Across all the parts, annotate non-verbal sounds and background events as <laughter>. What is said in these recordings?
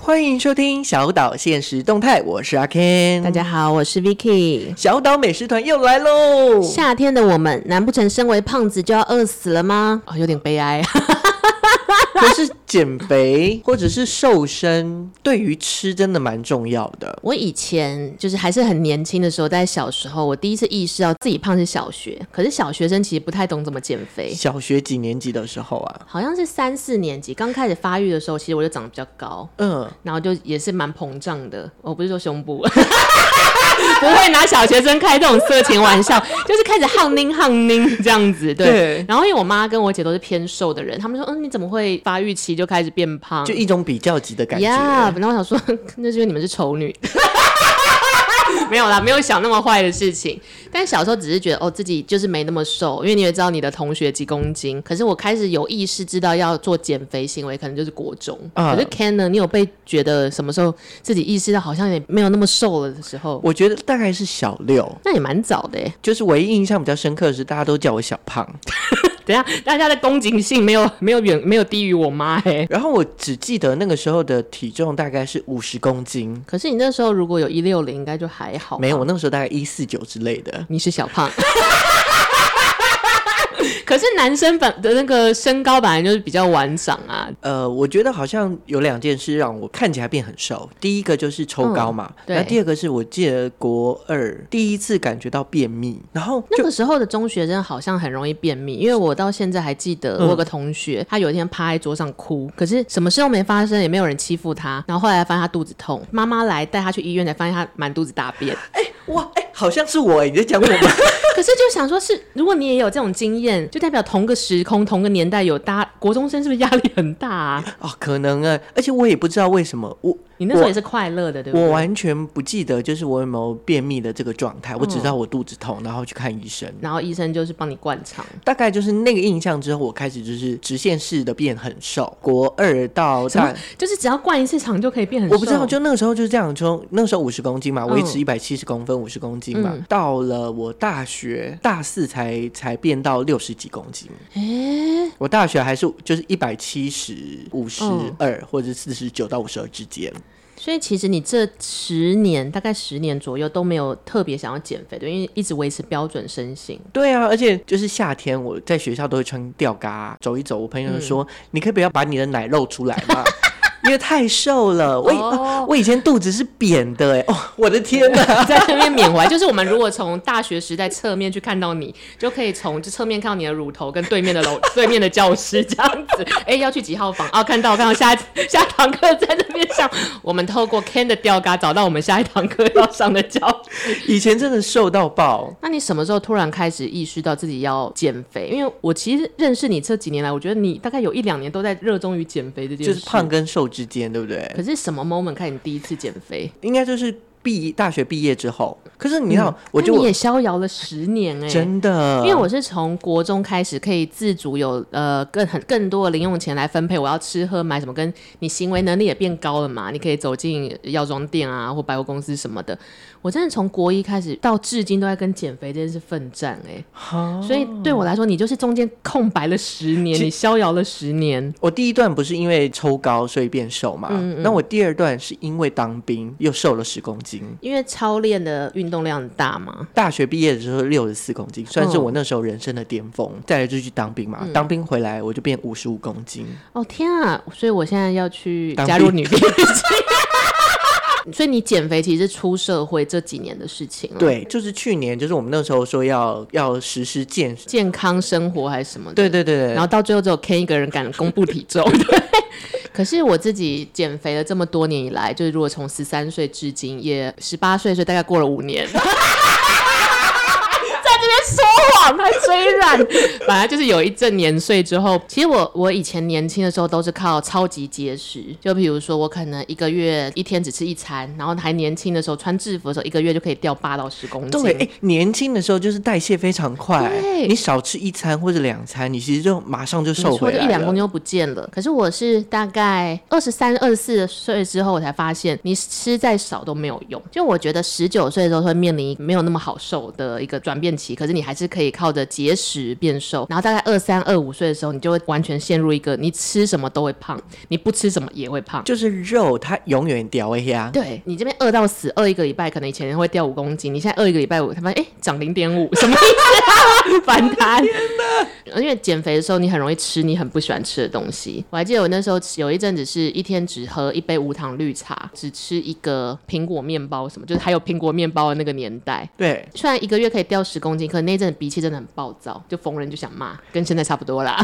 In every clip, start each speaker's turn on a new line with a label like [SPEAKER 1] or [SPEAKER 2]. [SPEAKER 1] 欢迎收听小岛现实动态，我是阿 Ken，
[SPEAKER 2] 大家好，我是 Vicky。
[SPEAKER 1] 小岛美食团又来喽！
[SPEAKER 2] 夏天的我们，难不成身为胖子就要饿死了吗？啊、有点悲哀。 <laughs>
[SPEAKER 1] 可是减肥或者是瘦身，对于吃真的蛮重要的。
[SPEAKER 2] 我以前就是还是很年轻的时候，在小时候，我第一次意识到自己胖是小学。可是小学生其实不太懂怎么减肥，
[SPEAKER 1] 小学几年级的时候啊，
[SPEAKER 2] 好像是三四年级刚开始发育的时候，其实我就长得比较高，
[SPEAKER 1] 嗯，
[SPEAKER 2] 然后就也是蛮膨胀的。我不是说胸部。 <laughs> 不会拿小学生开这种色情玩笑， <laughs> 就是开始夯ninh夯ninh这样子，对。
[SPEAKER 1] 对
[SPEAKER 2] 然后因为我妈跟我姐都是偏瘦的人，他们说，嗯，你怎么会发育期就开始变胖？
[SPEAKER 1] 就一种比较级的感觉。
[SPEAKER 2] 呀，本来我想说， <laughs> 那是因为你们是丑女。 <laughs> 没有啦，没有想那么坏的事情。但小时候只是觉得哦，自己就是没那么瘦，因为你也知道你的同学几公斤。可是我开始有意识知道要做减肥行为，可能就是国中。
[SPEAKER 1] 啊
[SPEAKER 2] 可是 Ken 呢，你有被觉得什么时候自己意识到好像也没有那么瘦了的时候？
[SPEAKER 1] 我觉得大概是小六，
[SPEAKER 2] 那也蛮早的欸。
[SPEAKER 1] 就是唯一印象比较深刻的是，大家都叫我小胖。
[SPEAKER 2] <laughs> 等一下大家的攻击性没有没有远没有低于我妈哎。
[SPEAKER 1] 然后我只记得那个时候的体重大概是五十公斤，
[SPEAKER 2] 可是你那时候如果有一六零，应该就还好吧。
[SPEAKER 1] 没有，我那个时候大概一四九之类的。
[SPEAKER 2] 你是小胖。 <laughs> 可是男生本的那个身高本来就是比较晚长啊，
[SPEAKER 1] 呃，我觉得好像有两件事让我看起来变很瘦。第一个就是抽高嘛，
[SPEAKER 2] 嗯对
[SPEAKER 1] 然后第二个是我记得国二第一次感觉到便秘，然后
[SPEAKER 2] 那
[SPEAKER 1] 就
[SPEAKER 2] 个时候的中学生好像很容易便秘，因为我到现在还记得我有个同学，他有一天趴在桌上哭，可是什么事都没发生，也没有人欺负他，然后后来发现他肚子痛，妈妈来带他去医院才发现他满肚子大
[SPEAKER 1] <laughs>
[SPEAKER 2] 便，
[SPEAKER 1] 哇，哎、好像是我、哎，你在讲我
[SPEAKER 2] <laughs>
[SPEAKER 1] 吗？
[SPEAKER 2] 可是就想说是，如果你也有这种经验，就代表同个时空、同个年代有大家国中生是不是压力很大啊？
[SPEAKER 1] 哦，可能啊，而且我也不知道为什么，我
[SPEAKER 2] 你那时候
[SPEAKER 1] 我
[SPEAKER 2] 也是快乐的，对不
[SPEAKER 1] 我
[SPEAKER 2] 对？
[SPEAKER 1] 完全不记得就是我有没有便秘的这个状
[SPEAKER 2] 嗯
[SPEAKER 1] 态，我只知道我肚子痛，然后去看医生。
[SPEAKER 2] 然后医生就是帮你灌肠。
[SPEAKER 1] 大概就是那个印象之后，我开始就是直线式的变很瘦。国二到
[SPEAKER 2] 什么
[SPEAKER 1] 大，？
[SPEAKER 2] 就是只要灌一次肠就可以变很瘦？
[SPEAKER 1] 我不知道，就那个时候就是这样，从那个时候五十公斤嘛，维持
[SPEAKER 2] 嗯
[SPEAKER 1] 一百七十公分，五十公斤嘛。
[SPEAKER 2] 嗯
[SPEAKER 1] 到了我大学大四才才变到六十几公斤，
[SPEAKER 2] 诶
[SPEAKER 1] 我大学还是就是一百七十五十二或者四十九到五十二之间。
[SPEAKER 2] 所以其实你这十年，大概十年左右都没有特别想要减肥，对，因为一直维持标准身形。
[SPEAKER 1] 对啊，而且就是夏天我在学校都会穿吊嘎走一走，我朋友就说、你可以不要把你的奶露出来 <laughs> 嘛。因为太瘦了，我以、
[SPEAKER 2] 哦
[SPEAKER 1] 我以前肚子是扁的哎、哦，我的天哪！ <laughs>
[SPEAKER 2] 在侧面缅怀， <laughs> 就是我们如果从大学时代侧面去看到你，就可以从就侧面看到你的乳头跟对面
[SPEAKER 1] <laughs>
[SPEAKER 2] 的楼、对面的教室这样子。 <laughs> 哎、要去几号房？啊，看到看到下下堂课在那边上，我们透过 Ken 的吊嘎找到我们下一堂课要上的教室
[SPEAKER 1] 以前真的瘦到爆，
[SPEAKER 2] 那你什么时候突然开始意识到自己要减肥？因为我其实认识你这几年来，我觉得你大概有一两年都在热衷于减肥这件
[SPEAKER 1] 就
[SPEAKER 2] 事，
[SPEAKER 1] 是胖。跟瘦之间，对不对？
[SPEAKER 2] 可是什么 moment 开始你第一次减肥？
[SPEAKER 1] 应该就是毕大学毕业之后。可是你看，我
[SPEAKER 2] 那
[SPEAKER 1] 就
[SPEAKER 2] 哎你也逍遥了十年哎、
[SPEAKER 1] 真的，
[SPEAKER 2] 因为我是从国中开始可以自主有呃更很更多的零用钱来分配我要吃喝买什么，跟你行为能力也变高了嘛，你可以走进药妆店啊或百货公司什么的。我真的从国一开始到至今都在跟减肥这件事奋战哎、
[SPEAKER 1] 哈
[SPEAKER 2] 所以对我来说，你就是中间空白了十年，
[SPEAKER 1] 其
[SPEAKER 2] 你逍遥了十年。
[SPEAKER 1] 我第一段不是因为抽高所以变瘦嘛，那我第二段是因为当兵又瘦了十公斤。
[SPEAKER 2] 因为操练的运动量很大嘛，
[SPEAKER 1] 大学毕业的时候六十四公斤，算是
[SPEAKER 2] 嗯
[SPEAKER 1] 我那时候人生的巅峰。再来就去当兵嘛，当兵回来我就变五十五公斤。
[SPEAKER 2] 哦天啊！所以我现在要去
[SPEAKER 1] 当
[SPEAKER 2] 加入
[SPEAKER 1] 兵
[SPEAKER 2] 女兵。 <laughs> 所以你减肥其实是出社会这几年的事情了，，
[SPEAKER 1] 对，就是去年，就是我们那时候说要要实施健，
[SPEAKER 2] 健康生活还是什么的。
[SPEAKER 1] 对对对对，
[SPEAKER 2] 然后到最后只有 Ken 一个人敢公布体
[SPEAKER 1] <laughs>
[SPEAKER 2] 重。对，可是我自己减肥了这么多年以来，就是如果从十三岁至今，也十八岁，所以大概过了
[SPEAKER 1] <laughs>
[SPEAKER 2] 五年。在这边说谎，还追染，本来就是有一阵年岁之后，其实我我以前年轻的时候都是靠超级节食，就比如说我可能一个月一天只吃一餐，然后还年轻的时候穿制服的时候，一个月就可以掉八到十公斤。
[SPEAKER 1] 对，哎、年轻的时候就是代谢非常快，
[SPEAKER 2] 对
[SPEAKER 1] 你少吃一餐或者两餐，你其实就马上就
[SPEAKER 2] 没
[SPEAKER 1] 瘦
[SPEAKER 2] 错，
[SPEAKER 1] 回
[SPEAKER 2] 就
[SPEAKER 1] 来
[SPEAKER 2] 一两公
[SPEAKER 1] 了。
[SPEAKER 2] 斤就不见了。可是我是大概二十三、二十四岁之后，我才发现你吃再少都没有用。就我觉得十九岁的时候会面临没有那么好受的一个转变期，可是你还是可以靠着节食变瘦，然后大概二三二五岁的时候，你就会完全陷入一个你吃什么都会胖，你不吃什么也会胖。
[SPEAKER 1] 就是肉它永远掉一下，
[SPEAKER 2] 对你这边饿到死，饿一个礼拜，可能以前会掉五公斤，你现在饿一个礼拜，我他发现哎长零点 <laughs> 五，什么意思啊？ <laughs> 反弹。因为减肥的时候，你很容易吃你很不喜欢吃的东西。我还记得我那时候有一阵子是一天只喝一杯无糖绿茶，只吃一个苹果面包，什么就是还有苹果面包的那个年代。
[SPEAKER 1] 对，
[SPEAKER 2] 虽然一个月可以掉十公斤，可那一阵子脾气真的很暴躁，就逢人就想 <laughs> 骂，跟现在差不多啦。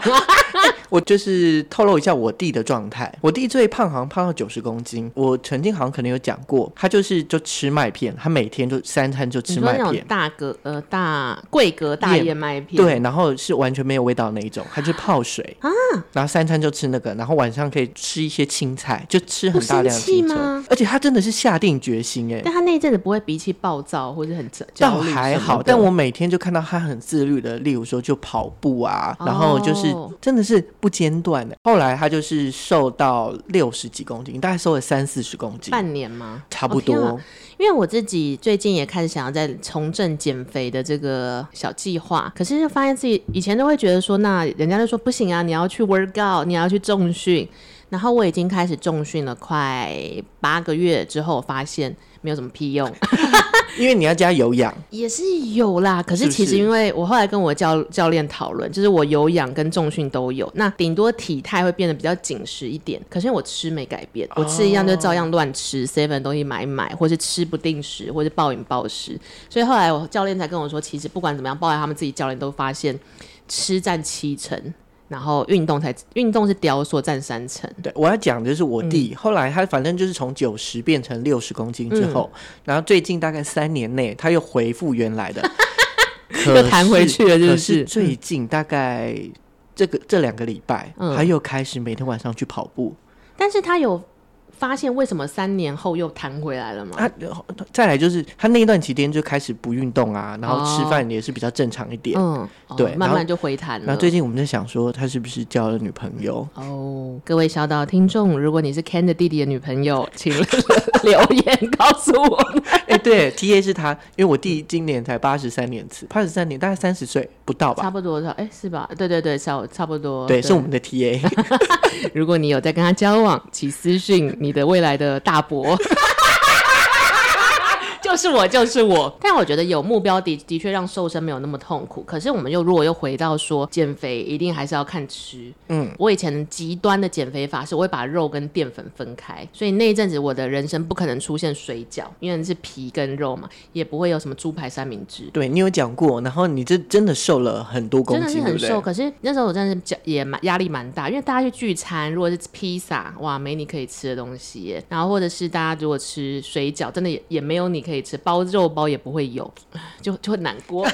[SPEAKER 1] 我就是透露一下我弟的状态。我弟最胖，好像胖到九十公斤。我曾经好像可能有讲过，他就是就吃麦片，他每天就三餐就
[SPEAKER 2] 你
[SPEAKER 1] 吃
[SPEAKER 2] 说
[SPEAKER 1] 麦
[SPEAKER 2] 那种
[SPEAKER 1] 片，
[SPEAKER 2] 大格呃大贵格大
[SPEAKER 1] 燕
[SPEAKER 2] 燕麦片，
[SPEAKER 1] 对，然后是完全没有味道的那一种，他就泡水啊，然后三餐就吃那个，然后晚上可以吃一些青菜，就吃很大量的青
[SPEAKER 2] 不生气
[SPEAKER 1] 菜
[SPEAKER 2] 吗。
[SPEAKER 1] 而且他真的是下定决心哎、
[SPEAKER 2] 但他那一阵子不会脾气暴躁或者很焦
[SPEAKER 1] 倒
[SPEAKER 2] 焦虑，
[SPEAKER 1] 还好，但我每天就看到他很自律的，例如说就跑步啊，然后就是、
[SPEAKER 2] 哦
[SPEAKER 1] 真的是不间断的。后来他就是瘦到六十几公斤，大概瘦了三四十公斤，
[SPEAKER 2] 半年吗？
[SPEAKER 1] 差不
[SPEAKER 2] 哦天啊
[SPEAKER 1] 多。
[SPEAKER 2] 因为我自己最近也开始想要在重振减肥的这个小计划，可是就发现自己以前都会觉得说，那人家就说不行啊，你要去 work out，你要去重训。然后我已经开始重训了快八个月之后，发现没有什么屁用，
[SPEAKER 1] 因为你要加有氧，
[SPEAKER 2] 也是有啦。可
[SPEAKER 1] 是
[SPEAKER 2] 是
[SPEAKER 1] 不
[SPEAKER 2] 其实
[SPEAKER 1] 是
[SPEAKER 2] 因为我后来跟我教教练讨论，就是我有氧跟重训都有，那顶多体态会变得比较紧实一点。可是我吃没改变，我吃一样就照样乱吃，seven 东西买一买，或是吃不定时，或是暴饮暴食。所以后来我教练才跟我说，其实不管怎么样，包含他们自己教练都发现，吃占七成。然后运动才运动是雕塑占三成，
[SPEAKER 1] 对我要讲的就是我弟，后来他反正就是从九十变成六十公斤
[SPEAKER 2] 嗯
[SPEAKER 1] 之后，然后最近大概三年内他又恢复原来的，
[SPEAKER 2] <laughs>
[SPEAKER 1] 可
[SPEAKER 2] 又弹回去了是不
[SPEAKER 1] 可
[SPEAKER 2] 是
[SPEAKER 1] 是最近大概这个这两个礼拜，
[SPEAKER 2] 嗯
[SPEAKER 1] 他又开始每天晚上去跑步。
[SPEAKER 2] 但是他有发现为什么三年后又弹回来了吗？
[SPEAKER 1] 他再来就是他那一段期间就开始不运动啊，然后吃饭也是比较正常一点。
[SPEAKER 2] 嗯，哦
[SPEAKER 1] 对
[SPEAKER 2] 慢
[SPEAKER 1] 然后
[SPEAKER 2] 慢就回弹了。
[SPEAKER 1] 然后最近我们在想说，他是不是交了女朋
[SPEAKER 2] <laughs>
[SPEAKER 1] 友？
[SPEAKER 2] 哦，各位小岛听众，如果你是 Ken 的弟弟的女朋友，请留言告诉我们。
[SPEAKER 1] 哎、对，T A 是他，因为我弟今年才八十三年次，八十三年大概三十岁不到吧
[SPEAKER 2] 差？不多，哎、是吧？对对对，差差不多。
[SPEAKER 1] 对，是我们的 T
[SPEAKER 2] <laughs>
[SPEAKER 1] A。
[SPEAKER 2] 如果你有在跟他交往，请私讯你的未来的大伯。 <laughs> 就是我，就是我。但我觉得有目标的的确让瘦身没有那么痛苦。可是我们又如果又回到说减肥，一定还是要看吃。
[SPEAKER 1] 嗯
[SPEAKER 2] 嗯，我以前极端的减肥法是我会把肉跟淀粉分开，所以那一阵子我的人生不可能出现水饺，因为是皮跟肉嘛，也不会有什么猪排三明治。
[SPEAKER 1] 对你有讲过，然后你这真的瘦了很多公
[SPEAKER 2] 真的是
[SPEAKER 1] 斤，
[SPEAKER 2] 很
[SPEAKER 1] 对
[SPEAKER 2] 瘦，
[SPEAKER 1] 不对？
[SPEAKER 2] 可是那时候我真的是脚也蛮压力蛮大，因为大家去聚餐，如果是披萨，哇，没你可以吃的东西耶，然后或者是大家如果吃水饺，真的也也没有你可以吃，包肉包也不会有， <laughs> 就就很难 <laughs> 过。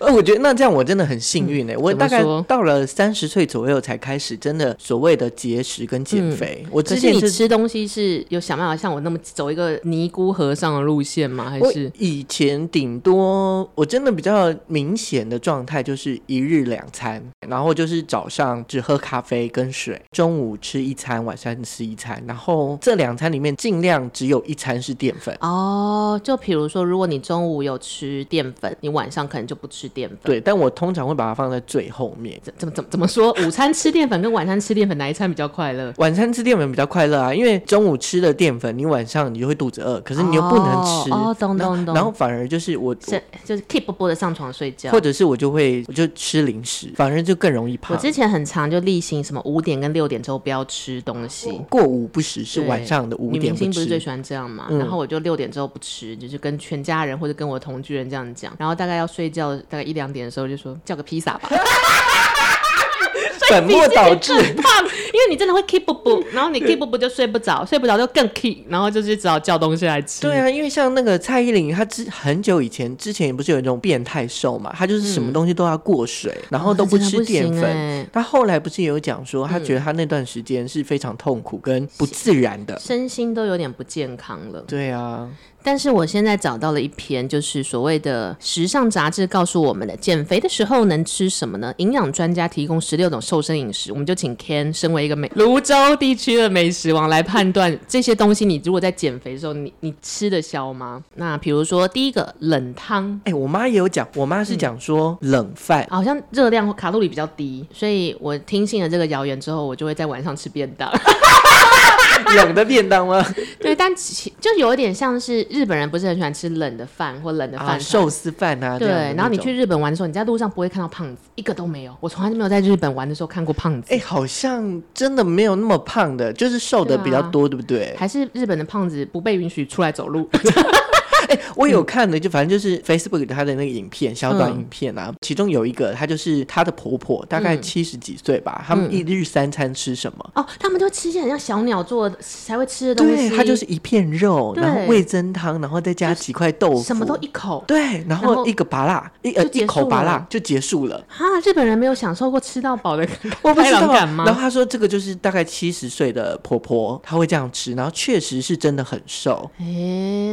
[SPEAKER 1] 呃，我觉得那这样我真的很幸运哎、我
[SPEAKER 2] 嗯怎
[SPEAKER 1] 大
[SPEAKER 2] 么
[SPEAKER 1] 概
[SPEAKER 2] 说
[SPEAKER 1] 到了三十岁左右才开始真的所谓的节食跟减肥。我
[SPEAKER 2] 嗯可
[SPEAKER 1] 之
[SPEAKER 2] 是
[SPEAKER 1] 前
[SPEAKER 2] 你
[SPEAKER 1] 是
[SPEAKER 2] 吃东西是有想办法像我那么走一个尼姑和尚的路线吗？还
[SPEAKER 1] 我
[SPEAKER 2] 是
[SPEAKER 1] 以前顶多我真的比较明显的状态就是一日两餐，然后就是早上只喝咖啡跟水，中午吃一餐，晚上吃一餐，然后这两餐里面尽量只有一餐是淀粉。
[SPEAKER 2] 哦，就比如说，如果你中午有吃淀粉，你晚上可能就不吃淀粉。
[SPEAKER 1] 对，但我通常会把它放在最后面。
[SPEAKER 2] 怎怎么怎么怎么说？午餐吃淀粉跟晚餐吃淀粉，哪一餐比较快乐？
[SPEAKER 1] 晚餐吃淀粉比较快乐啊，因为中午吃了淀粉，你晚上你就会肚子饿，可是你又不能吃，
[SPEAKER 2] 哦，哦懂懂懂。
[SPEAKER 1] 然后反而就是我，
[SPEAKER 2] 是就是 keep 波的上床睡觉。
[SPEAKER 1] 或者是我就会我就吃零食，反而就更容易
[SPEAKER 2] 我
[SPEAKER 1] 胖。
[SPEAKER 2] 之前很常就例行什么五点跟六点之后不要吃东西。
[SPEAKER 1] 过午不食是
[SPEAKER 2] 对
[SPEAKER 1] 哦晚上的五
[SPEAKER 2] 女
[SPEAKER 1] 点
[SPEAKER 2] 明星不
[SPEAKER 1] 吃
[SPEAKER 2] 是，最喜欢这样嘛？
[SPEAKER 1] 嗯
[SPEAKER 2] 然后我就六点之后不吃，就是跟全家人或者跟我同居人这样讲。然后大概要睡觉，大概一两点的时候就说叫个披萨
[SPEAKER 1] <laughs>
[SPEAKER 2] 吧。
[SPEAKER 1] 本末倒置 <laughs>
[SPEAKER 2] 所以比之前更胖，因为你真的会 keep 不，然后你 keep 不就睡不着，睡不着就更 keep，然后就是只好叫东西来吃。
[SPEAKER 1] 对啊，因为像那个蔡依林，她之很久以前之前不是有一种变态瘦嘛，她就是什么东西都要过水，嗯然后都
[SPEAKER 2] 哦，真的
[SPEAKER 1] 吃淀
[SPEAKER 2] 行
[SPEAKER 1] 粉。
[SPEAKER 2] 欸
[SPEAKER 1] 她后来不是也有讲说，她觉得她那段时间是非常痛苦跟不自然的。
[SPEAKER 2] 身心都有点不健康了。
[SPEAKER 1] 对啊，
[SPEAKER 2] 但是我现在找到了一篇，就是所谓的时尚杂志告诉我们的，减肥的时候能吃什么呢？营养专家提供十六种瘦身饮食，我们就请 Ken 身为一个美泸州地区的美食王来判断这些东西，你如果在减肥的时候，你你吃得消吗？那比如说第一个冷汤，
[SPEAKER 1] 哎、我妈也有讲，我妈是讲说冷饭，
[SPEAKER 2] 好像热量卡路里比较低，所以我听信了这个谣言之后，我就会在晚上吃便当。 <laughs>
[SPEAKER 1] 嗯 <laughs> 冷的便当吗？
[SPEAKER 2] 对，但其就有一点像是日本人不是很喜欢吃冷的饭或冷的饭、
[SPEAKER 1] 啊，寿司饭啊，
[SPEAKER 2] 对
[SPEAKER 1] 这样的，那
[SPEAKER 2] 然后你
[SPEAKER 1] 种
[SPEAKER 2] 去。日本玩的时候，你在路上不会看到胖子，一个都没有。我从来就没有在日本玩的时候看过胖子，
[SPEAKER 1] 哎、好像真的没有那么胖的，就是瘦的比较多，对不啊对？
[SPEAKER 2] 还是日本的胖子不被允许出来走
[SPEAKER 1] <laughs>
[SPEAKER 2] 路。
[SPEAKER 1] 哎、我
[SPEAKER 2] 嗯
[SPEAKER 1] 有看的，就反正就是 Facebook 它的那个影片，小短影片啊，其中有一个，她就是她的婆婆，大
[SPEAKER 2] 嗯
[SPEAKER 1] 概七十几岁吧，他们一日三餐吃什么？
[SPEAKER 2] 哦，他们就吃一些很像小鸟做的才会吃的东
[SPEAKER 1] 对，
[SPEAKER 2] 西，
[SPEAKER 1] 她就是一片肉，
[SPEAKER 2] 对
[SPEAKER 1] 然后味增汤，然后再加几块豆腐，
[SPEAKER 2] 什么都一口。
[SPEAKER 1] 对，然
[SPEAKER 2] 然后
[SPEAKER 1] 后一个拔辣，一呃
[SPEAKER 2] 就结
[SPEAKER 1] 一口
[SPEAKER 2] 束
[SPEAKER 1] 拔
[SPEAKER 2] 了
[SPEAKER 1] 辣就结束了。
[SPEAKER 2] 哈，日本人没有享受过吃到饱的
[SPEAKER 1] 我不
[SPEAKER 2] 开
[SPEAKER 1] 知
[SPEAKER 2] 朗
[SPEAKER 1] 道。
[SPEAKER 2] 感吗
[SPEAKER 1] 然后？她说，这个就是大概七十岁的婆婆，她会这样吃，然后确实是真的很瘦。
[SPEAKER 2] 哎、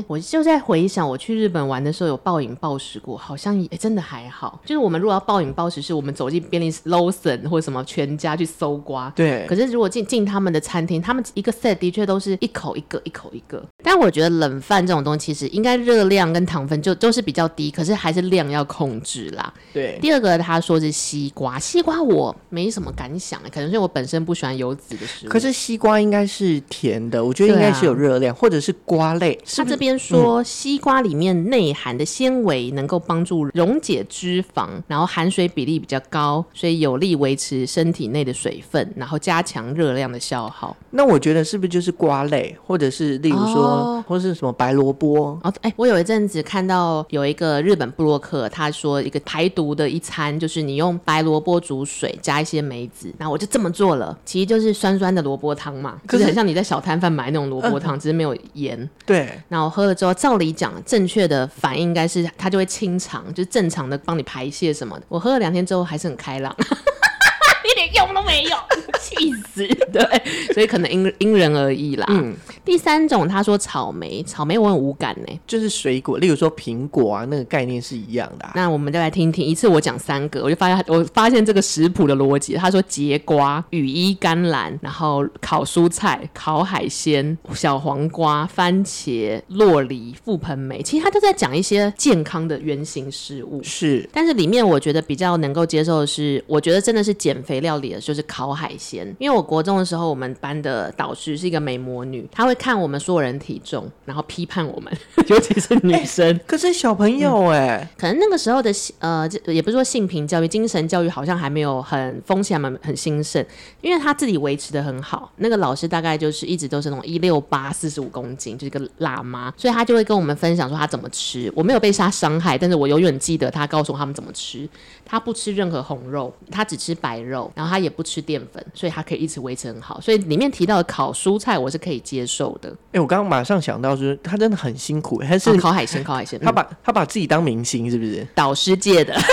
[SPEAKER 2] 我就在回想我去日本玩的时候有暴饮暴食过，好像也、诶真的还好。就是我们如果要暴饮暴食，是我们走进便利 l o s o n 或什么全家去搜刮。
[SPEAKER 1] 对
[SPEAKER 2] 可，是如果进进他们的餐厅，他们一个 set 的确都是一口一个，一口一个。但我觉得冷饭这种东西，其实应该热量跟糖分就都是比较低，可是还是量要控制啦。
[SPEAKER 1] 对，
[SPEAKER 2] 第二个他说是西瓜，西瓜我没什么感想、欸可能是我本身不喜欢油脂的食物。
[SPEAKER 1] 可是西瓜应该是甜的，我觉得应
[SPEAKER 2] 啊
[SPEAKER 1] 该是有热量，或者是瓜类，是
[SPEAKER 2] 他
[SPEAKER 1] 不是嗯
[SPEAKER 2] 这？边说，西瓜里面内含的纤维能够帮助溶解脂肪，然后含水比例比较高，所以有利维持身体内的水分，然后加强热量的消耗。
[SPEAKER 1] 那我觉得是不是就是瓜类，或者是例如说，
[SPEAKER 2] 哦
[SPEAKER 1] 或是什么白萝卜？
[SPEAKER 2] 哦，哎、我有一阵子看到有一个日本布洛克，他说一个排毒的一餐，就是你用白萝卜煮水，加一些梅子，然后我就这么做了，其实就是酸酸的萝卜汤嘛，
[SPEAKER 1] 可嗯
[SPEAKER 2] 就是是很像你在小摊贩买那种萝卜汤，只是没有盐。
[SPEAKER 1] 对，
[SPEAKER 2] 然后喝了之后，照理讲，正确的反应应该是它就会清肠，就是正常的帮你排泄什么的。我喝了两天之后还是很开朗， <laughs> 一点用都没有，气死！对，所以可能因因人而异啦。
[SPEAKER 1] 嗯，
[SPEAKER 2] 第三种，他说草莓，草莓我很无感呢、
[SPEAKER 1] 就是水果，例如说苹果啊，那个概念是一样的、啊。
[SPEAKER 2] 那我们就来听听，一次我讲三个，我就发现我发现这个食谱的逻辑。他说节瓜、羽衣甘蓝，然后烤蔬菜、烤海鲜、小黄瓜、番茄、洛梨、覆盆梅，其实他都在讲一些健康的原型食物。
[SPEAKER 1] 是
[SPEAKER 2] 但是里面我觉得比较能够接受的是，我觉得真的是减肥料理的就是烤海鲜，因为我国中的时候，我们班的导师是一个美魔女，她会看我们所有人体重，然后批判我们， <laughs> 尤其是女生。
[SPEAKER 1] 可是小朋友
[SPEAKER 2] 嗯
[SPEAKER 1] 哎、
[SPEAKER 2] 可能那个时候的性呃，这也不是说性平教育，精神教育好像还没有很风气还蛮很兴盛，因为他自己维持的很好。那个老师大概就是一直都是那种一六八四十五公斤，就是一个辣妈，所以他就会跟我们分享说他怎么吃。我没有被他伤害，但是我永远记得他告诉我他们怎么吃。他不吃任何红肉，他只吃白肉，然后他也不吃淀粉，所以他可以一直维持很好。所以里面提到的烤蔬菜我是可以接受的，
[SPEAKER 1] 哎、我刚刚马上想到，就是他真的很辛苦、他是、
[SPEAKER 2] 是、烤海鲜，烤海鲜，
[SPEAKER 1] 他
[SPEAKER 2] 嗯
[SPEAKER 1] 把他把自己当明星，是不是？
[SPEAKER 2] 导师
[SPEAKER 1] <laughs>
[SPEAKER 2] 界的。 <laughs>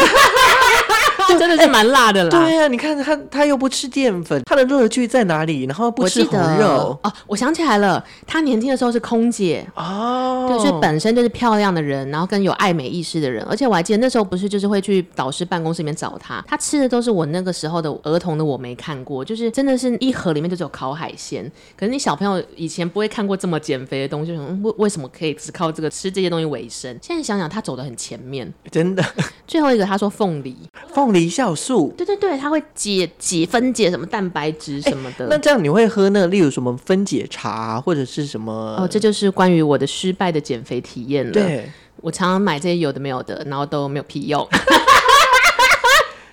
[SPEAKER 2] 真的是蛮辣的啦，
[SPEAKER 1] 对啊，你看他他又不吃淀粉，他的乐趣在哪里？然后不
[SPEAKER 2] 我
[SPEAKER 1] 吃
[SPEAKER 2] 记
[SPEAKER 1] 红
[SPEAKER 2] 得
[SPEAKER 1] 肉
[SPEAKER 2] 哦，我想起来了，她年轻的时候是空姐，
[SPEAKER 1] 哦，
[SPEAKER 2] 对，所以本身就是漂亮的人，然后跟有爱美意识的人，而且我还记得那时候不是就是会去导师办公室里面找她，她吃的都是我那个时候的儿童的我没看过，就是真的是一盒里面就只有烤海鲜，可是你小朋友以前不会看过这么减肥的东西，就想嗯为为什么可以只靠这个吃这些东西为生？现在想想她走的很前面。
[SPEAKER 1] 真的
[SPEAKER 2] 最后一个她说凤梨，
[SPEAKER 1] 凤梨酵素。
[SPEAKER 2] 对对对，她会解解分解什么蛋白质什么的。
[SPEAKER 1] 那这样你会喝那个，例如什么分解茶啊或者是什么？
[SPEAKER 2] 哦，这就是关于我的失败的减肥体验了。，
[SPEAKER 1] 对。
[SPEAKER 2] 我常常买这些有的没有的，然后都没有屁用。 <laughs>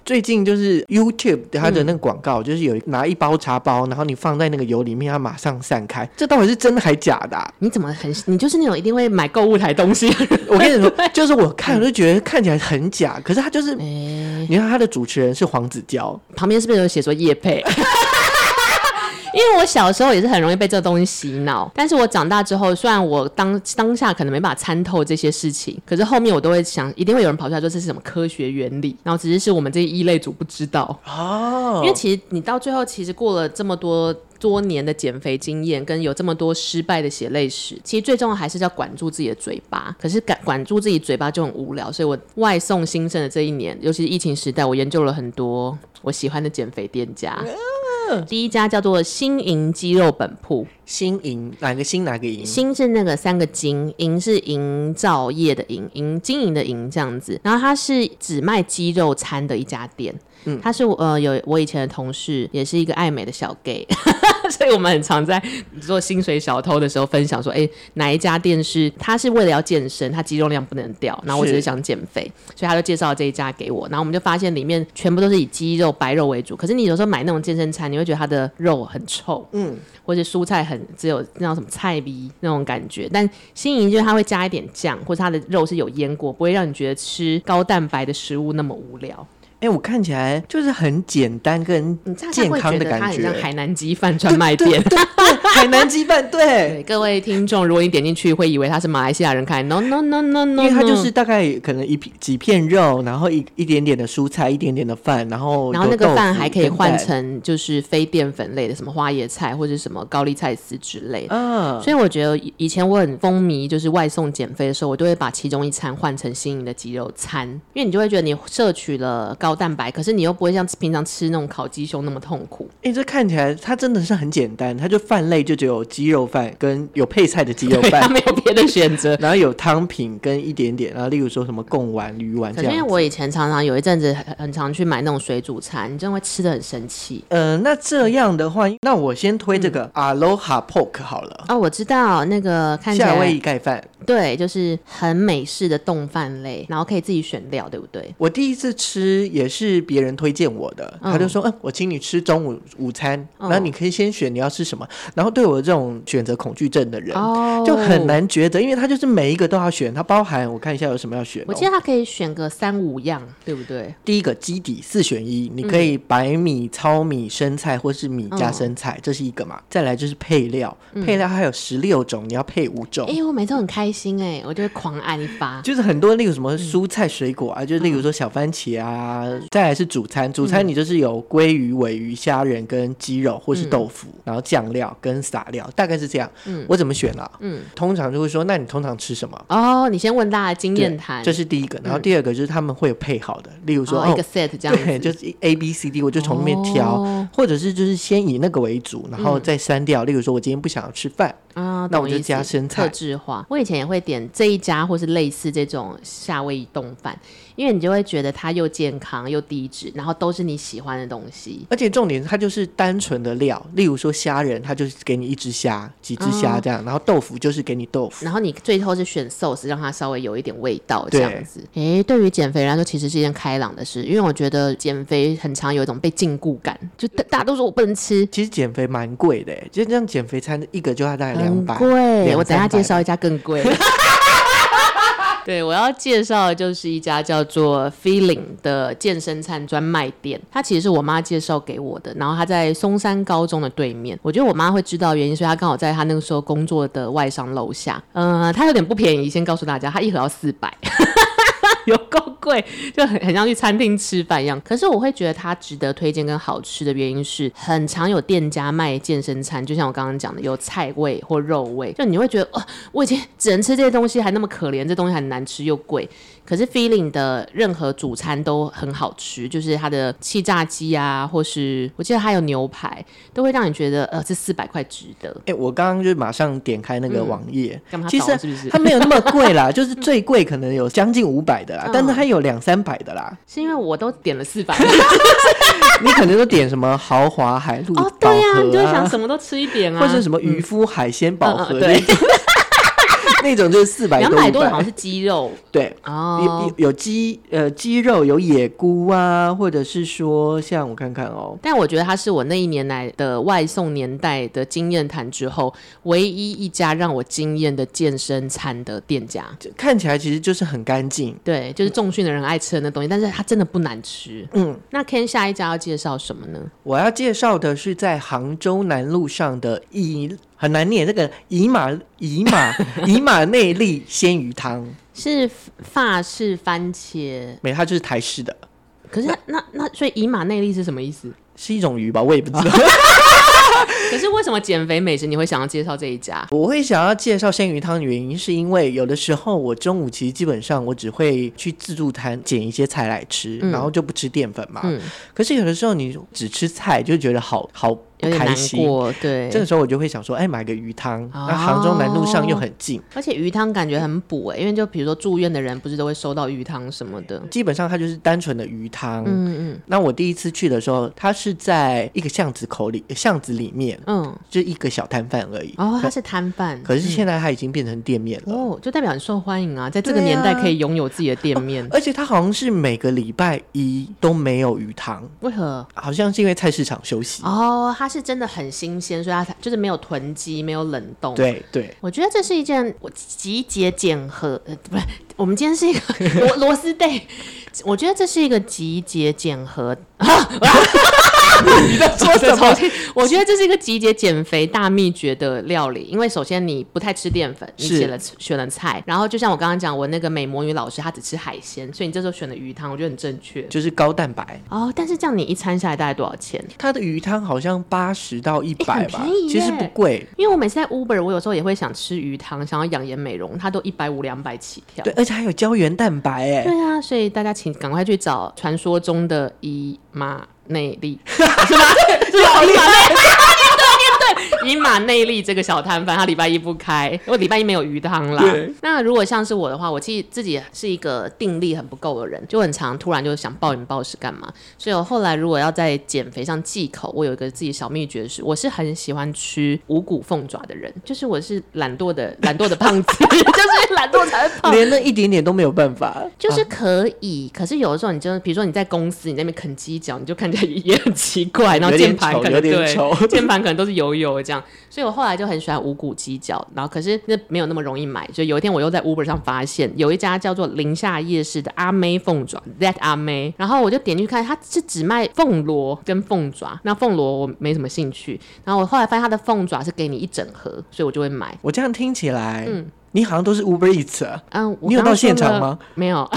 [SPEAKER 1] 最近就是 YouTube 它的那个广
[SPEAKER 2] 嗯
[SPEAKER 1] 告，就是有拿一包茶包，然后你放在那个油里面，它马上散
[SPEAKER 2] 嗯
[SPEAKER 1] 开。这到底是真的还假的啊、
[SPEAKER 2] 你怎么很？你就是那种一定会买购物台东西的人。
[SPEAKER 1] <laughs> 我跟你
[SPEAKER 2] <laughs>
[SPEAKER 1] 说，就是我看我就觉得看起来很假，可是它就是，
[SPEAKER 2] 哎
[SPEAKER 1] 你看它的主持人是黄子佼，
[SPEAKER 2] 旁边是不是有写说叶配？ <laughs> 因为我小时候也是很容易被这东西洗脑，但是我长大之后，虽然我当当下可能没办法参透这些事情，可是后面我都会想，一定会有人跑出来说这是什么科学原理，然后只是是我们这一类组不知道。
[SPEAKER 1] 哦
[SPEAKER 2] 因为其实你到最后，其实过了这么多多年的减肥经验，跟有这么多失败的血泪史，其实最重要还是要管住自己的嘴巴。可是管管住自己嘴巴就很无聊，所以我外送兴盛的这一年，尤其是疫情时代，我研究了很多我喜欢的减肥店家。第一家叫做新营鸡肉本铺，
[SPEAKER 1] 新营哪个新哪个营？
[SPEAKER 2] 新是那个三个金，营是营造业的营，营经营的营这样子。然后它是只卖鸡肉餐的一家店，嗯，它是我呃有我以前的同事，也是一个爱美的小 gay，所以 <laughs> 我们很常在做薪水小偷的时候分享说，哎、哪一家店是他是为了要健身，他肌肉量不能掉，然后我只是
[SPEAKER 1] 是
[SPEAKER 2] 想减肥，所以他就介绍了这一家给我，然后我们就发现里面全部都是以鸡肉白肉为主，可是你有时候买那种健身餐，你会觉得它的肉很臭，
[SPEAKER 1] 嗯，
[SPEAKER 2] 或者蔬菜很只有那种什么菜逼那种感觉，但新颖就是它会加一点酱，或者它的肉是有腌过，不会让你觉得吃高蛋白的食物那么无聊。
[SPEAKER 1] 哎、我看起来就是很简单跟
[SPEAKER 2] 你乍看
[SPEAKER 1] 健
[SPEAKER 2] 会
[SPEAKER 1] 康
[SPEAKER 2] 觉
[SPEAKER 1] 的
[SPEAKER 2] 得它
[SPEAKER 1] 感
[SPEAKER 2] 很像
[SPEAKER 1] 觉。
[SPEAKER 2] 海南鸡饭专卖店。
[SPEAKER 1] <laughs> 海南鸡饭，对，
[SPEAKER 2] 对 <laughs> 各位听众，如果你点进去会以为它是马来西亚人开，no no no no no，
[SPEAKER 1] 因为它就是大概可能一片几片肉，然后一一点点的蔬菜，一点点的饭，然后
[SPEAKER 2] 然后那
[SPEAKER 1] 有
[SPEAKER 2] 个
[SPEAKER 1] 豆
[SPEAKER 2] 饭
[SPEAKER 1] 腐
[SPEAKER 2] 还可以
[SPEAKER 1] 跟
[SPEAKER 2] 换
[SPEAKER 1] 蛋
[SPEAKER 2] 成就是非淀粉类的，什么花椰菜或者什么高丽菜丝之类的。
[SPEAKER 1] 嗯，
[SPEAKER 2] 所以我觉得以以前我很风靡，就是外送减肥的时候，我都会把其中一餐换成新颖的鸡肉餐，因为你就会觉得你摄取了高蛋白，可是你又不会像平常吃那种烤鸡胸那么痛苦。
[SPEAKER 1] 哎、这看起来它真的是很简单，它就饭类就只有鸡肉饭跟有配菜的鸡肉
[SPEAKER 2] 对，它
[SPEAKER 1] 饭，
[SPEAKER 2] 没有别的选择。
[SPEAKER 1] 然后有汤品跟一点点，然后例如说什么贡丸、鱼丸 <laughs>
[SPEAKER 2] 可
[SPEAKER 1] 这
[SPEAKER 2] 是因为
[SPEAKER 1] 样。
[SPEAKER 2] 我以前常常有一阵子很很常去买那种水煮餐，你真的会吃的很生气。
[SPEAKER 1] 呃，那这样的话，那我先推这个 Aloha Pork 好了，
[SPEAKER 2] 哦，我知道那个嗯看起
[SPEAKER 1] 夏威
[SPEAKER 2] 来
[SPEAKER 1] 夷盖饭。
[SPEAKER 2] 对，就是很美式的冻饭类，然后可以自己选料，对不对？
[SPEAKER 1] 我第一次吃也是别人推荐我的，
[SPEAKER 2] 嗯
[SPEAKER 1] 他就说：“嗯，我请你吃中午午餐，
[SPEAKER 2] 嗯
[SPEAKER 1] 然后你可以先选你要吃什么。”然后对我这种选择恐惧症的人，
[SPEAKER 2] 哦
[SPEAKER 1] 就很。难抉择，因为他就是每一个都要选，它包含我看一下有什么要选哦、
[SPEAKER 2] 我记得它可以选个三五样，对不对？
[SPEAKER 1] 第一个基底四选一，你
[SPEAKER 2] 嗯
[SPEAKER 1] 可以白米、糙米、生菜或是米加生
[SPEAKER 2] 嗯
[SPEAKER 1] 菜，这是一个嘛。再来就是配料，配料它有十六种，你要配五种
[SPEAKER 2] 哎、。我每次都很开心哎、我就会狂按一发。
[SPEAKER 1] 就是很多，例如什
[SPEAKER 2] 嗯
[SPEAKER 1] 么蔬菜、水果啊，就例如说小番茄啊，再来是主
[SPEAKER 2] 嗯
[SPEAKER 1] 餐，主餐你就是有鲑鱼、尾鱼、虾仁跟鸡肉或是豆腐，然后酱料跟撒料，大概是这样。我怎么选啊？
[SPEAKER 2] 嗯嗯
[SPEAKER 1] 通常就会说，那你通常吃什么？
[SPEAKER 2] 哦，你先问大家经验谈，
[SPEAKER 1] 这是第一个，然后第二个就是他们会有配好的，例如说
[SPEAKER 2] 嗯哦、一
[SPEAKER 1] 哦
[SPEAKER 2] 个 set 这样
[SPEAKER 1] 对，
[SPEAKER 2] 子，
[SPEAKER 1] 就是一 A B C D，我就从那边挑，
[SPEAKER 2] 哦嗯
[SPEAKER 1] 或者是就是先以那个为主，然后再删掉。例如说，我今天不想要吃饭，
[SPEAKER 2] 啊，
[SPEAKER 1] 那我
[SPEAKER 2] 懂
[SPEAKER 1] 就
[SPEAKER 2] 意思
[SPEAKER 1] 加生菜
[SPEAKER 2] 特制化。我以前也会点这一家或是类似这种夏威夷冻饭，因为你就会觉得它又健康又低脂，然后都是你喜欢的东西。
[SPEAKER 1] 而且重点它就是单纯的料，例如说虾仁，它就是给你一只虾、几只
[SPEAKER 2] 哦
[SPEAKER 1] 虾这样，然后豆腐就是给你豆腐。
[SPEAKER 2] 然后你最后是选 sauce，让它稍微有一点味道这样
[SPEAKER 1] 对
[SPEAKER 2] 子。诶，对于减肥人来说，其实是一件开朗的事，因为我觉得减肥很常有一种被禁锢感，就大大家都说我不能吃，
[SPEAKER 1] 其实减肥蛮贵的，就这样减肥餐一个就要大概两
[SPEAKER 2] 很
[SPEAKER 1] 百。
[SPEAKER 2] 贵。
[SPEAKER 1] 200
[SPEAKER 2] 我等一下介绍一家更贵。 <laughs> 对，我要介绍的就是一家叫做 Feeling 的健身餐专卖店，它其实是我妈介绍给我的，然后它在松山高中的对面。我觉得我妈会知道原因，所以她刚好在她那个时候工作的外商楼下。呃，它有点不便宜，先告诉大家，它一盒要四百。 <laughs> 有够贵，就很很像去餐厅吃饭一样。可是我会觉得它值得推荐跟好吃的原因是，很常有店家卖健身餐，就像我刚刚讲的，有菜味或肉味，就你会觉得哦，我以前只能吃这些东西，还那么可怜，这东西还难吃又贵。可是 Feeling 的任何主餐都很好吃，就是它的气炸鸡啊，或是我记得它有牛排，都会让你觉得呃，这四百块值得。
[SPEAKER 1] 哎、我刚刚就马上点开那个网页，
[SPEAKER 2] 嗯干嘛
[SPEAKER 1] 其
[SPEAKER 2] 倒
[SPEAKER 1] 实
[SPEAKER 2] 是不是
[SPEAKER 1] 它？没有那么贵
[SPEAKER 2] <laughs>
[SPEAKER 1] 啦，就是最贵可能有将近五百的啦，
[SPEAKER 2] 嗯
[SPEAKER 1] 但是它有两三百的啦。
[SPEAKER 2] 是因为我都点了四 <laughs> 百
[SPEAKER 1] 你可能都点什么豪华海陆
[SPEAKER 2] 哦，
[SPEAKER 1] 饱
[SPEAKER 2] 对呀、
[SPEAKER 1] 和啊
[SPEAKER 2] 你就会想什么都吃一点啊，
[SPEAKER 1] 或者什么渔夫海鲜饱和
[SPEAKER 2] 嗯嗯对
[SPEAKER 1] 那种， <laughs> 那种就是四百
[SPEAKER 2] 两
[SPEAKER 1] 多
[SPEAKER 2] 百
[SPEAKER 1] 500
[SPEAKER 2] 多的好像是鸡
[SPEAKER 1] <laughs>
[SPEAKER 2] 肉
[SPEAKER 1] 对。有
[SPEAKER 2] 哦
[SPEAKER 1] 有。有鸡呃鸡肉有野菇啊，或者是说像我看看哦，
[SPEAKER 2] 但我觉得它是我那一年来的外送年代的经验谈之后，唯一一家让我惊艳的健身餐的店家。
[SPEAKER 1] 这看起来其实就是很干净。
[SPEAKER 2] 对，就是重训的人爱吃的那东西，但是它真的不难吃。
[SPEAKER 1] 嗯，
[SPEAKER 2] 那 Ken 下一家要介绍什么呢？
[SPEAKER 1] 我要介绍的是在杭州南路上的以很难念这个以马以马以马内利鲜鱼汤，
[SPEAKER 2] 是法式番茄，
[SPEAKER 1] 没它就是台式的，
[SPEAKER 2] 可是那那那所以以马内利是什么意思？
[SPEAKER 1] 是一种鱼吧，我也不知道。
[SPEAKER 2] 可是为什么减肥美食你会想要介绍这一家？
[SPEAKER 1] 我会想要介绍鲜鱼汤的原因，是因为有的时候我中午其实基本上我只会去自助摊捡一些菜来吃，
[SPEAKER 2] 嗯
[SPEAKER 1] 然后就不吃淀粉嘛。
[SPEAKER 2] 嗯，
[SPEAKER 1] 可是有的时候你只吃菜就觉得好好
[SPEAKER 2] 有
[SPEAKER 1] 不
[SPEAKER 2] 点
[SPEAKER 1] 开
[SPEAKER 2] 难
[SPEAKER 1] 心。
[SPEAKER 2] 过，对。
[SPEAKER 1] 这个时候我就会想说，哎，买个鱼汤，
[SPEAKER 2] 哦
[SPEAKER 1] 那杭州南路上又很近，
[SPEAKER 2] 而且鱼汤感觉很补哎、因为就比如说住院的人不是都会收到鱼汤什么的。
[SPEAKER 1] 基本上它就是单纯的鱼汤。
[SPEAKER 2] 嗯嗯
[SPEAKER 1] 那我第一次去的时候，它是在一个巷子口里，巷子里面
[SPEAKER 2] 嗯，
[SPEAKER 1] 就一个小摊贩而已。
[SPEAKER 2] 哦，嗯他
[SPEAKER 1] 可
[SPEAKER 2] 是摊贩，
[SPEAKER 1] 可是现在它已经变成店面了。
[SPEAKER 2] 哦，就代表很受欢迎啊，在这个
[SPEAKER 1] 对啊
[SPEAKER 2] 年代可以拥有自己的店
[SPEAKER 1] <laughs>
[SPEAKER 2] 面，
[SPEAKER 1] 而且它好像是每个礼拜一都没有鱼汤，
[SPEAKER 2] 为何？
[SPEAKER 1] 好像是因为菜市场休息。
[SPEAKER 2] 哦，它是真的很新鲜，所以它才就是没有囤积，没有冷冻。，
[SPEAKER 1] 对对，
[SPEAKER 2] 我觉得这是一件我集结检核，呃，不是，我们今天是一个 <laughs> 螺螺丝 day，我觉得这是一个集结检核
[SPEAKER 1] 你 <laughs> 在
[SPEAKER 2] <laughs> 说什么？？我觉得这是一个集结减肥大秘诀的料理，因为首先你不太吃淀粉，你
[SPEAKER 1] 是
[SPEAKER 2] 选了选了菜，然后就像我刚刚讲，我那个美魔女老师她只吃海鲜，所以你这时候选的鱼汤，我觉得很正确。
[SPEAKER 1] 就是高蛋白，
[SPEAKER 2] 哦，但是这样你一餐下来大概多少钱？
[SPEAKER 1] 它的鱼汤好像八十到一百吧
[SPEAKER 2] 哎很便宜，耶
[SPEAKER 1] 其实不贵。
[SPEAKER 2] 因为我每次在 Uber，我有时候也会想吃鱼汤，想要养颜美容，它都一百五两百起跳
[SPEAKER 1] 对。，而且还有胶原蛋白哎，
[SPEAKER 2] 对啊，所以大家请赶快去找传说中的伊马内利，是吗？是吗？伊马内利， <laughs> 对对对，伊马内利这个小摊贩，他礼拜一不开，我礼拜一没有鱼汤啦
[SPEAKER 1] 对。
[SPEAKER 2] 那如果像是我的话，我其实自己是一个定力很不够的人，就很常突然就想暴饮暴食干嘛。所以我后来如果要在减肥上忌口，我有一个自己小秘诀是，我是很喜欢吃五谷凤爪的人，就是我是懒惰的懒惰的胖子，就是懒惰才会胖。
[SPEAKER 1] <laughs> 连那一点点都没有办法。
[SPEAKER 2] 就是
[SPEAKER 1] 啊
[SPEAKER 2] 可以，可是有的时候你真的，比如说你在公司，你在那边啃鸡脚，你就看起来也很奇怪，然后
[SPEAKER 1] 有
[SPEAKER 2] 键
[SPEAKER 1] 点
[SPEAKER 2] 盘
[SPEAKER 1] 丑
[SPEAKER 2] 可能
[SPEAKER 1] 有点
[SPEAKER 2] 对
[SPEAKER 1] 丑
[SPEAKER 2] 键盘可能都是油油的这样，所以我后来就很喜欢五谷鸡脚，然后可是那没有那么容易买，所以有一天我又在 Uber 上发现有一家叫做宁夏夜市的阿妹凤爪 That 阿妹，然后我就点进去看，它是只卖凤螺跟凤爪，那凤螺我没什么兴趣，然后我后来发现它的凤爪是给你一整盒，所以我就会买。
[SPEAKER 1] 我这样听起来
[SPEAKER 2] 嗯，
[SPEAKER 1] 你好像都是 Uber Eats，啊
[SPEAKER 2] 嗯，我
[SPEAKER 1] 你有
[SPEAKER 2] 刚刚
[SPEAKER 1] 到现
[SPEAKER 2] 说
[SPEAKER 1] 场
[SPEAKER 2] 了
[SPEAKER 1] 吗？
[SPEAKER 2] 没有。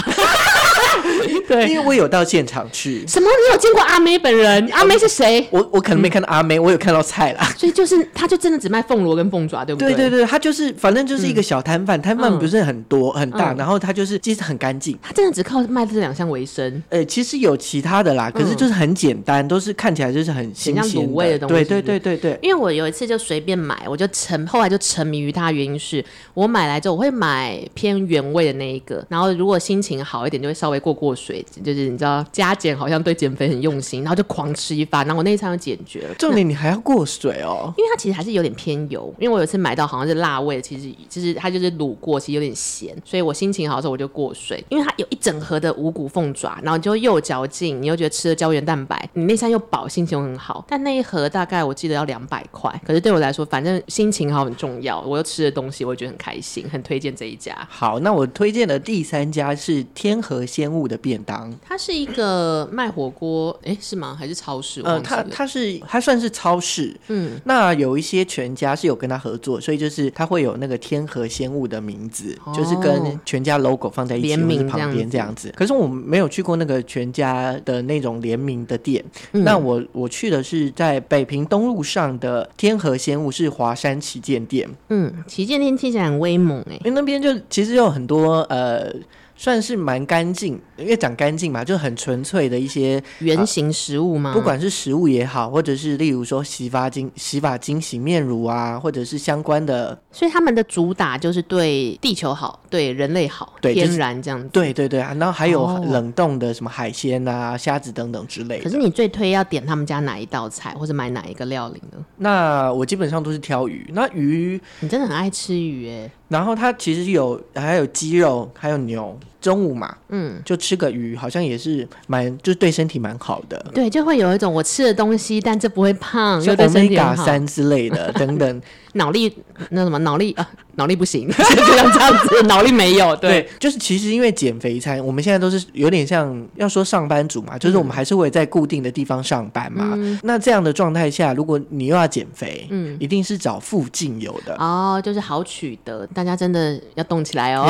[SPEAKER 2] 对，
[SPEAKER 1] 因为我有到现场去，
[SPEAKER 2] 什么？你有见过阿妹本人？阿妹是谁？
[SPEAKER 1] 我我可
[SPEAKER 2] 嗯
[SPEAKER 1] 能没看到阿妹，我有看到菜
[SPEAKER 2] <laughs>
[SPEAKER 1] 啦。
[SPEAKER 2] 所以就是，她就真的只卖凤螺跟凤爪，对不
[SPEAKER 1] 对
[SPEAKER 2] 对
[SPEAKER 1] 对对，它就是反正就是一个小摊贩，摊贩不是很多很大，
[SPEAKER 2] 嗯
[SPEAKER 1] 然后它就是其实很干净。
[SPEAKER 2] 她真的只靠卖这两项为生，
[SPEAKER 1] 呃，其实有其他的啦，可是就是很简单，都是看起来就是很新
[SPEAKER 2] 嗯很像
[SPEAKER 1] 鲜
[SPEAKER 2] 卤味的东西
[SPEAKER 1] 对
[SPEAKER 2] 是不是
[SPEAKER 1] 对对对对，
[SPEAKER 2] 因为我有一次就随便买，我就沉，后来就沉迷于它。原因是我买来之后，我会买偏原味的那一个，然后如果心情好一点，就会稍微过过水，就是你知道加减好像对减肥很用心，然后就狂吃一发，然后我那一餐就解决了。
[SPEAKER 1] 重点你还要过水哦。
[SPEAKER 2] 因为它其实还是有点偏油，因为我有一次买到好像是辣味，其实就是它就是卤过，其实有点咸，所以我心情好的时候我就过水，因为它有一整盒的五谷凤爪，然后你就又有嚼劲，你又觉得吃了胶原蛋白，你内餐又饱，心情又很好。但那一盒大概我记得要两百块，可是对我来说，反正心情好很重要，我又吃了东西，我也觉得很开心，很推荐这一家。
[SPEAKER 1] 好，那我推荐的第三家是天河鲜物的便当。
[SPEAKER 2] 它是一个卖火锅，诶，是吗？还是超市？我
[SPEAKER 1] 呃，
[SPEAKER 2] 忘记
[SPEAKER 1] 它
[SPEAKER 2] 了。
[SPEAKER 1] 它是它算是超市，
[SPEAKER 2] 嗯，
[SPEAKER 1] 那有一些全家是有跟他合作，所以就是他会有那个天河鲜物的名字，
[SPEAKER 2] 哦
[SPEAKER 1] 就是跟全家 logo 放在一起，
[SPEAKER 2] 联名
[SPEAKER 1] 或是旁边
[SPEAKER 2] 这
[SPEAKER 1] 这
[SPEAKER 2] 样
[SPEAKER 1] 样子。可是我没有去过那个全家的那种联名的店，
[SPEAKER 2] 嗯
[SPEAKER 1] 那我我去的是在北平东路上的天河鲜物，是华山旗舰店，
[SPEAKER 2] 嗯，旗舰店听起来很威猛诶。
[SPEAKER 1] 因为那边就其实有很多呃。算是蛮干净，因为讲干净嘛，就很纯粹的一些，
[SPEAKER 2] 圆形食物吗？
[SPEAKER 1] 不管是食物也好，或者是例如说洗发精、洗发精、洗面乳啊，或者是相关的
[SPEAKER 2] 所以他们的主打就是对地球好，对人类好，
[SPEAKER 1] 对就是
[SPEAKER 2] 天然这样子。
[SPEAKER 1] 对对对啊，然后还有
[SPEAKER 2] 哦
[SPEAKER 1] 冷冻的什么海鲜啊、虾子等等之类
[SPEAKER 2] 可是
[SPEAKER 1] 的。
[SPEAKER 2] 你最推要点他们家哪一道菜，或者买哪一个料理呢？
[SPEAKER 1] 那我基本上都是挑鱼，那鱼，
[SPEAKER 2] 你真的很爱吃鱼诶。
[SPEAKER 1] 然后它其实有还有鸡肉，还有牛。中午嘛，
[SPEAKER 2] 嗯，
[SPEAKER 1] 就吃个鱼，好像也是蛮，就是对身体蛮好的，
[SPEAKER 2] 对，就会有一种我吃的东西，但这不会胖，
[SPEAKER 1] 像
[SPEAKER 2] 嗯又对身体很
[SPEAKER 1] omega
[SPEAKER 2] 好。
[SPEAKER 1] 三之类的等等。
[SPEAKER 2] 脑力那什么脑力啊，脑力不行， <laughs> 就像这样子，脑力没有。对，
[SPEAKER 1] 对，就是其实因为减肥餐，我们现在都是有点像要说上班族嘛，就是我
[SPEAKER 2] 嗯
[SPEAKER 1] 们还是会在固定的地方上班嘛。那这样的状态下，如果你又要减肥，嗯，一定是找附近有的。
[SPEAKER 2] 哦，就是好取得，大家真的要动起 <laughs> 来哦，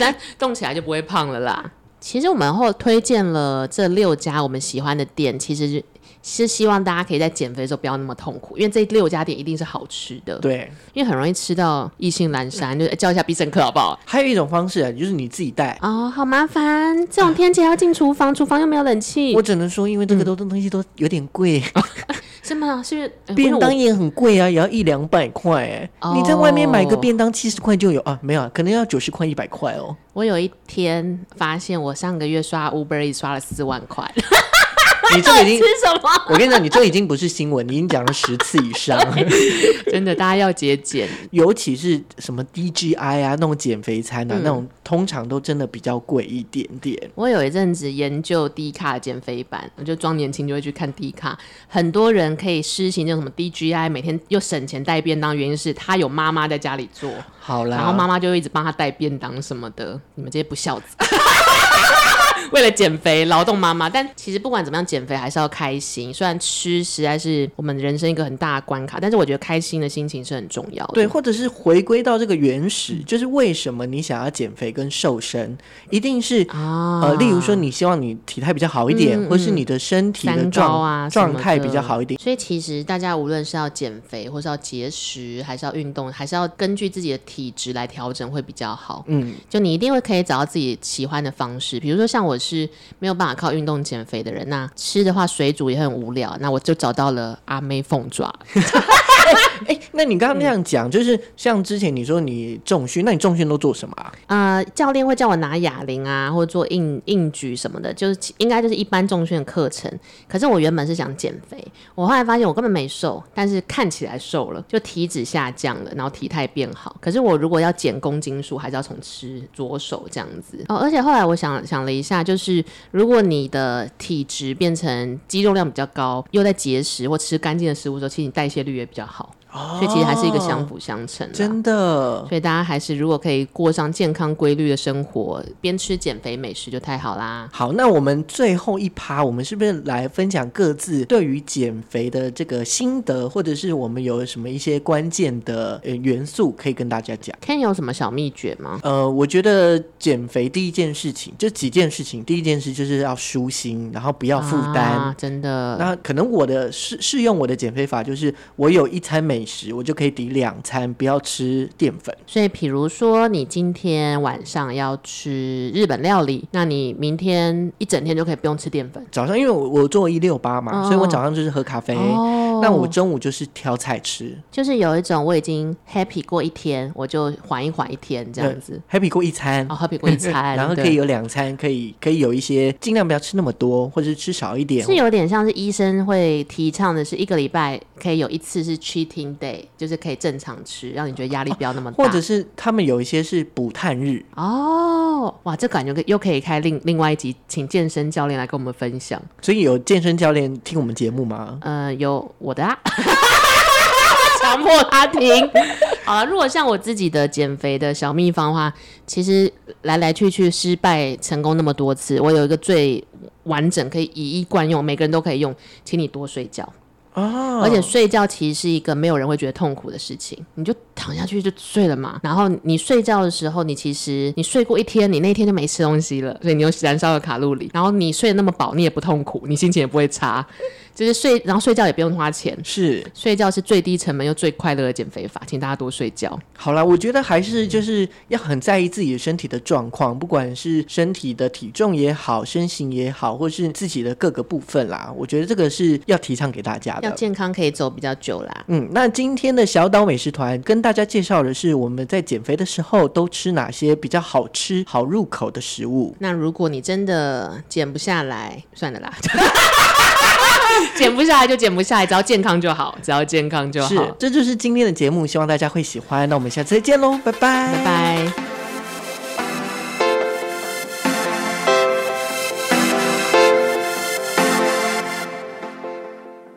[SPEAKER 2] 但动起来就不会胖了啦。其实我们后推荐了这六家我们喜欢的店，其实是希望大家可以在减肥的时候不要那么痛苦，因为这六家店一定是好吃的，，
[SPEAKER 1] 对，
[SPEAKER 2] 因为很容易吃到意兴阑珊，就、哎叫一下必胜客好不好？
[SPEAKER 1] 还有一种方式啊，就是你自己带。
[SPEAKER 2] 哦，好麻烦，这种天气还要进厨房，厨房又没有冷气
[SPEAKER 1] 我，只能说，因为这
[SPEAKER 2] 嗯
[SPEAKER 1] 个都东西都有点贵，
[SPEAKER 2] 是吗？是不是哎
[SPEAKER 1] 便
[SPEAKER 2] 啊因为
[SPEAKER 1] 当也很贵啊，也要一两百块哎、
[SPEAKER 2] 哦
[SPEAKER 1] 你在外面买个便当七十块就有啊，没有啊，可能要九十块一百块
[SPEAKER 2] <laughs>
[SPEAKER 1] 哦。
[SPEAKER 2] 我我有一天发现，我上个月刷 Uber E 刷了四万块， <laughs>
[SPEAKER 1] 你这个已
[SPEAKER 2] 吃
[SPEAKER 1] 经，
[SPEAKER 2] 啊什么？
[SPEAKER 1] 我跟你讲，你这个已经不是新闻，你已经讲了十次以上，
[SPEAKER 2] 真的，大家要节俭。
[SPEAKER 1] 尤其是什么 DGI 啊，那种减肥餐
[SPEAKER 2] 嗯
[SPEAKER 1] 啊，那种通常都真的比较贵一点点。
[SPEAKER 2] 我有一阵子研究低卡减肥版，我就装年轻就会去看低卡。很多人可以施行那种什么 DGI，每天又省钱带便当，原因是他有妈妈在家里做，
[SPEAKER 1] 好啦，
[SPEAKER 2] 然后妈妈就会一直帮他带便当什么的。你们这些不孝子， <laughs> 为了减肥劳动妈妈。但其实不管怎么样，减肥还是要开心。虽然吃实在是我们人生一个很大的关卡，但是我觉得开心的心情是很重要的。
[SPEAKER 1] 对，或者是回归到这个原始，
[SPEAKER 2] 嗯
[SPEAKER 1] 就是为什么你想要减肥跟瘦身，一定是。
[SPEAKER 2] 啊，
[SPEAKER 1] 呃，例如说，你希望你体态比较好一点，
[SPEAKER 2] 嗯
[SPEAKER 1] 或是你的身体的
[SPEAKER 2] 三高
[SPEAKER 1] 状、
[SPEAKER 2] 啊什么
[SPEAKER 1] 状态
[SPEAKER 2] 的
[SPEAKER 1] 比较好一点。
[SPEAKER 2] 所以其实大家无论是要减肥，或是要节食，还是要运动，还是要根据自己的体质来调整会比较好。
[SPEAKER 1] 嗯，
[SPEAKER 2] 就你一定会可以找到自己喜欢的方式，比如说像我是没有办法靠运动减肥的人，那吃的话水煮也很无聊，那我就找到了阿妹凤爪。
[SPEAKER 1] 哎、那你刚刚那样
[SPEAKER 2] 嗯
[SPEAKER 1] 讲，就是像之前你说你重训，那你重训都做什么啊？
[SPEAKER 2] 呃，教练会叫我拿哑铃啊，或者做硬硬举什么的，就是其应该就是一般重训的课程。可是我原本是想减肥，我后来发现我根本没瘦，但是看起来瘦了，就体脂下降了，然后体态变好。可是我如果要减公斤数，还是要从吃着手这样子。哦，而且后来我想想了一下，就是如果你的体质变成肌肉量比较高，又在节食或吃干净的食物的时候，其实你代谢率也比较好，所以其实还是一个相辅相成啦。
[SPEAKER 1] 哦真的，
[SPEAKER 2] 所以大家还是如果可以过上健康规律的生活，边吃减肥美食就太好啦。
[SPEAKER 1] 好，那我们最后一趴，我们是不是来分享各自对于减肥的这个心得，或者是我们有什么一些关键的呃元素可以跟大家讲？
[SPEAKER 2] Ken 有什么小秘诀吗？
[SPEAKER 1] 呃，我觉得减肥第一件事情，就几件事情，第一件事就是要舒心，然后不要负担。
[SPEAKER 2] 啊、真的。
[SPEAKER 1] 那可能我的适适用我的减肥法就是，我有一餐美食，我就可以抵两餐，不要吃淀粉。
[SPEAKER 2] 所以，比如说你今天晚上要吃日本料理，那你明天一整天就可以不用吃淀粉。
[SPEAKER 1] 早上因为我我做一六八嘛，
[SPEAKER 2] 哦
[SPEAKER 1] 所以我早上就是喝咖啡，
[SPEAKER 2] 哦
[SPEAKER 1] 那我中午就是挑菜吃，
[SPEAKER 2] 就是有一种我已经 happy 过一天，我就缓一缓一天这样子。
[SPEAKER 1] ，happy 过一餐。
[SPEAKER 2] 哦，happy
[SPEAKER 1] <laughs>
[SPEAKER 2] 过一餐，
[SPEAKER 1] 然后可
[SPEAKER 2] 对
[SPEAKER 1] 以有两餐，可以可以有一些尽量不要吃那么多，或者是吃少一点
[SPEAKER 2] 是。有点像是医生会提倡的，是一个礼拜可以有一次是 cheating day，就是可以正常吃，让你觉得压力不要那么大。
[SPEAKER 1] 哦或者是他们有一些是补碳日，
[SPEAKER 2] 哦，哇，这感觉又可以开另另外一集，请健身教练来跟我们分享。
[SPEAKER 1] 所以有健身教练听我们节目吗？
[SPEAKER 2] 呃，有我的啊， <laughs> 强迫他听。好了，如果像我自己的减肥的小秘方的话，其实来来去去失败成功那么多次，我有一个最完整可以以一贯用，每个人都可以用，请你多睡觉。
[SPEAKER 1] 啊，
[SPEAKER 2] 而且睡觉其实是一个没有人会觉得痛苦的事情，你就躺下去就睡了嘛。然后你睡觉的时候，你其实你睡过一天，你那一天就没吃东西了，所以你又燃烧了卡路里。然后你睡得那么饱，你也不痛苦，你心情也不会差，就是睡，然后睡觉也不用花钱。
[SPEAKER 1] 是
[SPEAKER 2] 睡觉是最低成本又最快乐的减肥法，请大家多睡觉。
[SPEAKER 1] 好啦，我觉得还是就是要很在意自己的身体的状况，不管是身体的体重也好，身形也好，或是自己的各个部分啦。我觉得这个是要提倡给大家
[SPEAKER 2] <laughs> 要
[SPEAKER 1] 的。
[SPEAKER 2] 健康可以走比较久啦。
[SPEAKER 1] 嗯，那今天的小岛美食团跟大家介绍的是我们在减肥的时候都吃哪些比较好吃、好入口的食物。
[SPEAKER 2] 那如果你真的减不下来，算了啦。 <laughs> 减不下来就减不下来，只要健康就好，只要健康就好。
[SPEAKER 1] 是，这就是今天的节目，希望大家会喜欢。那我们下次再见喽，拜拜，
[SPEAKER 2] 拜拜。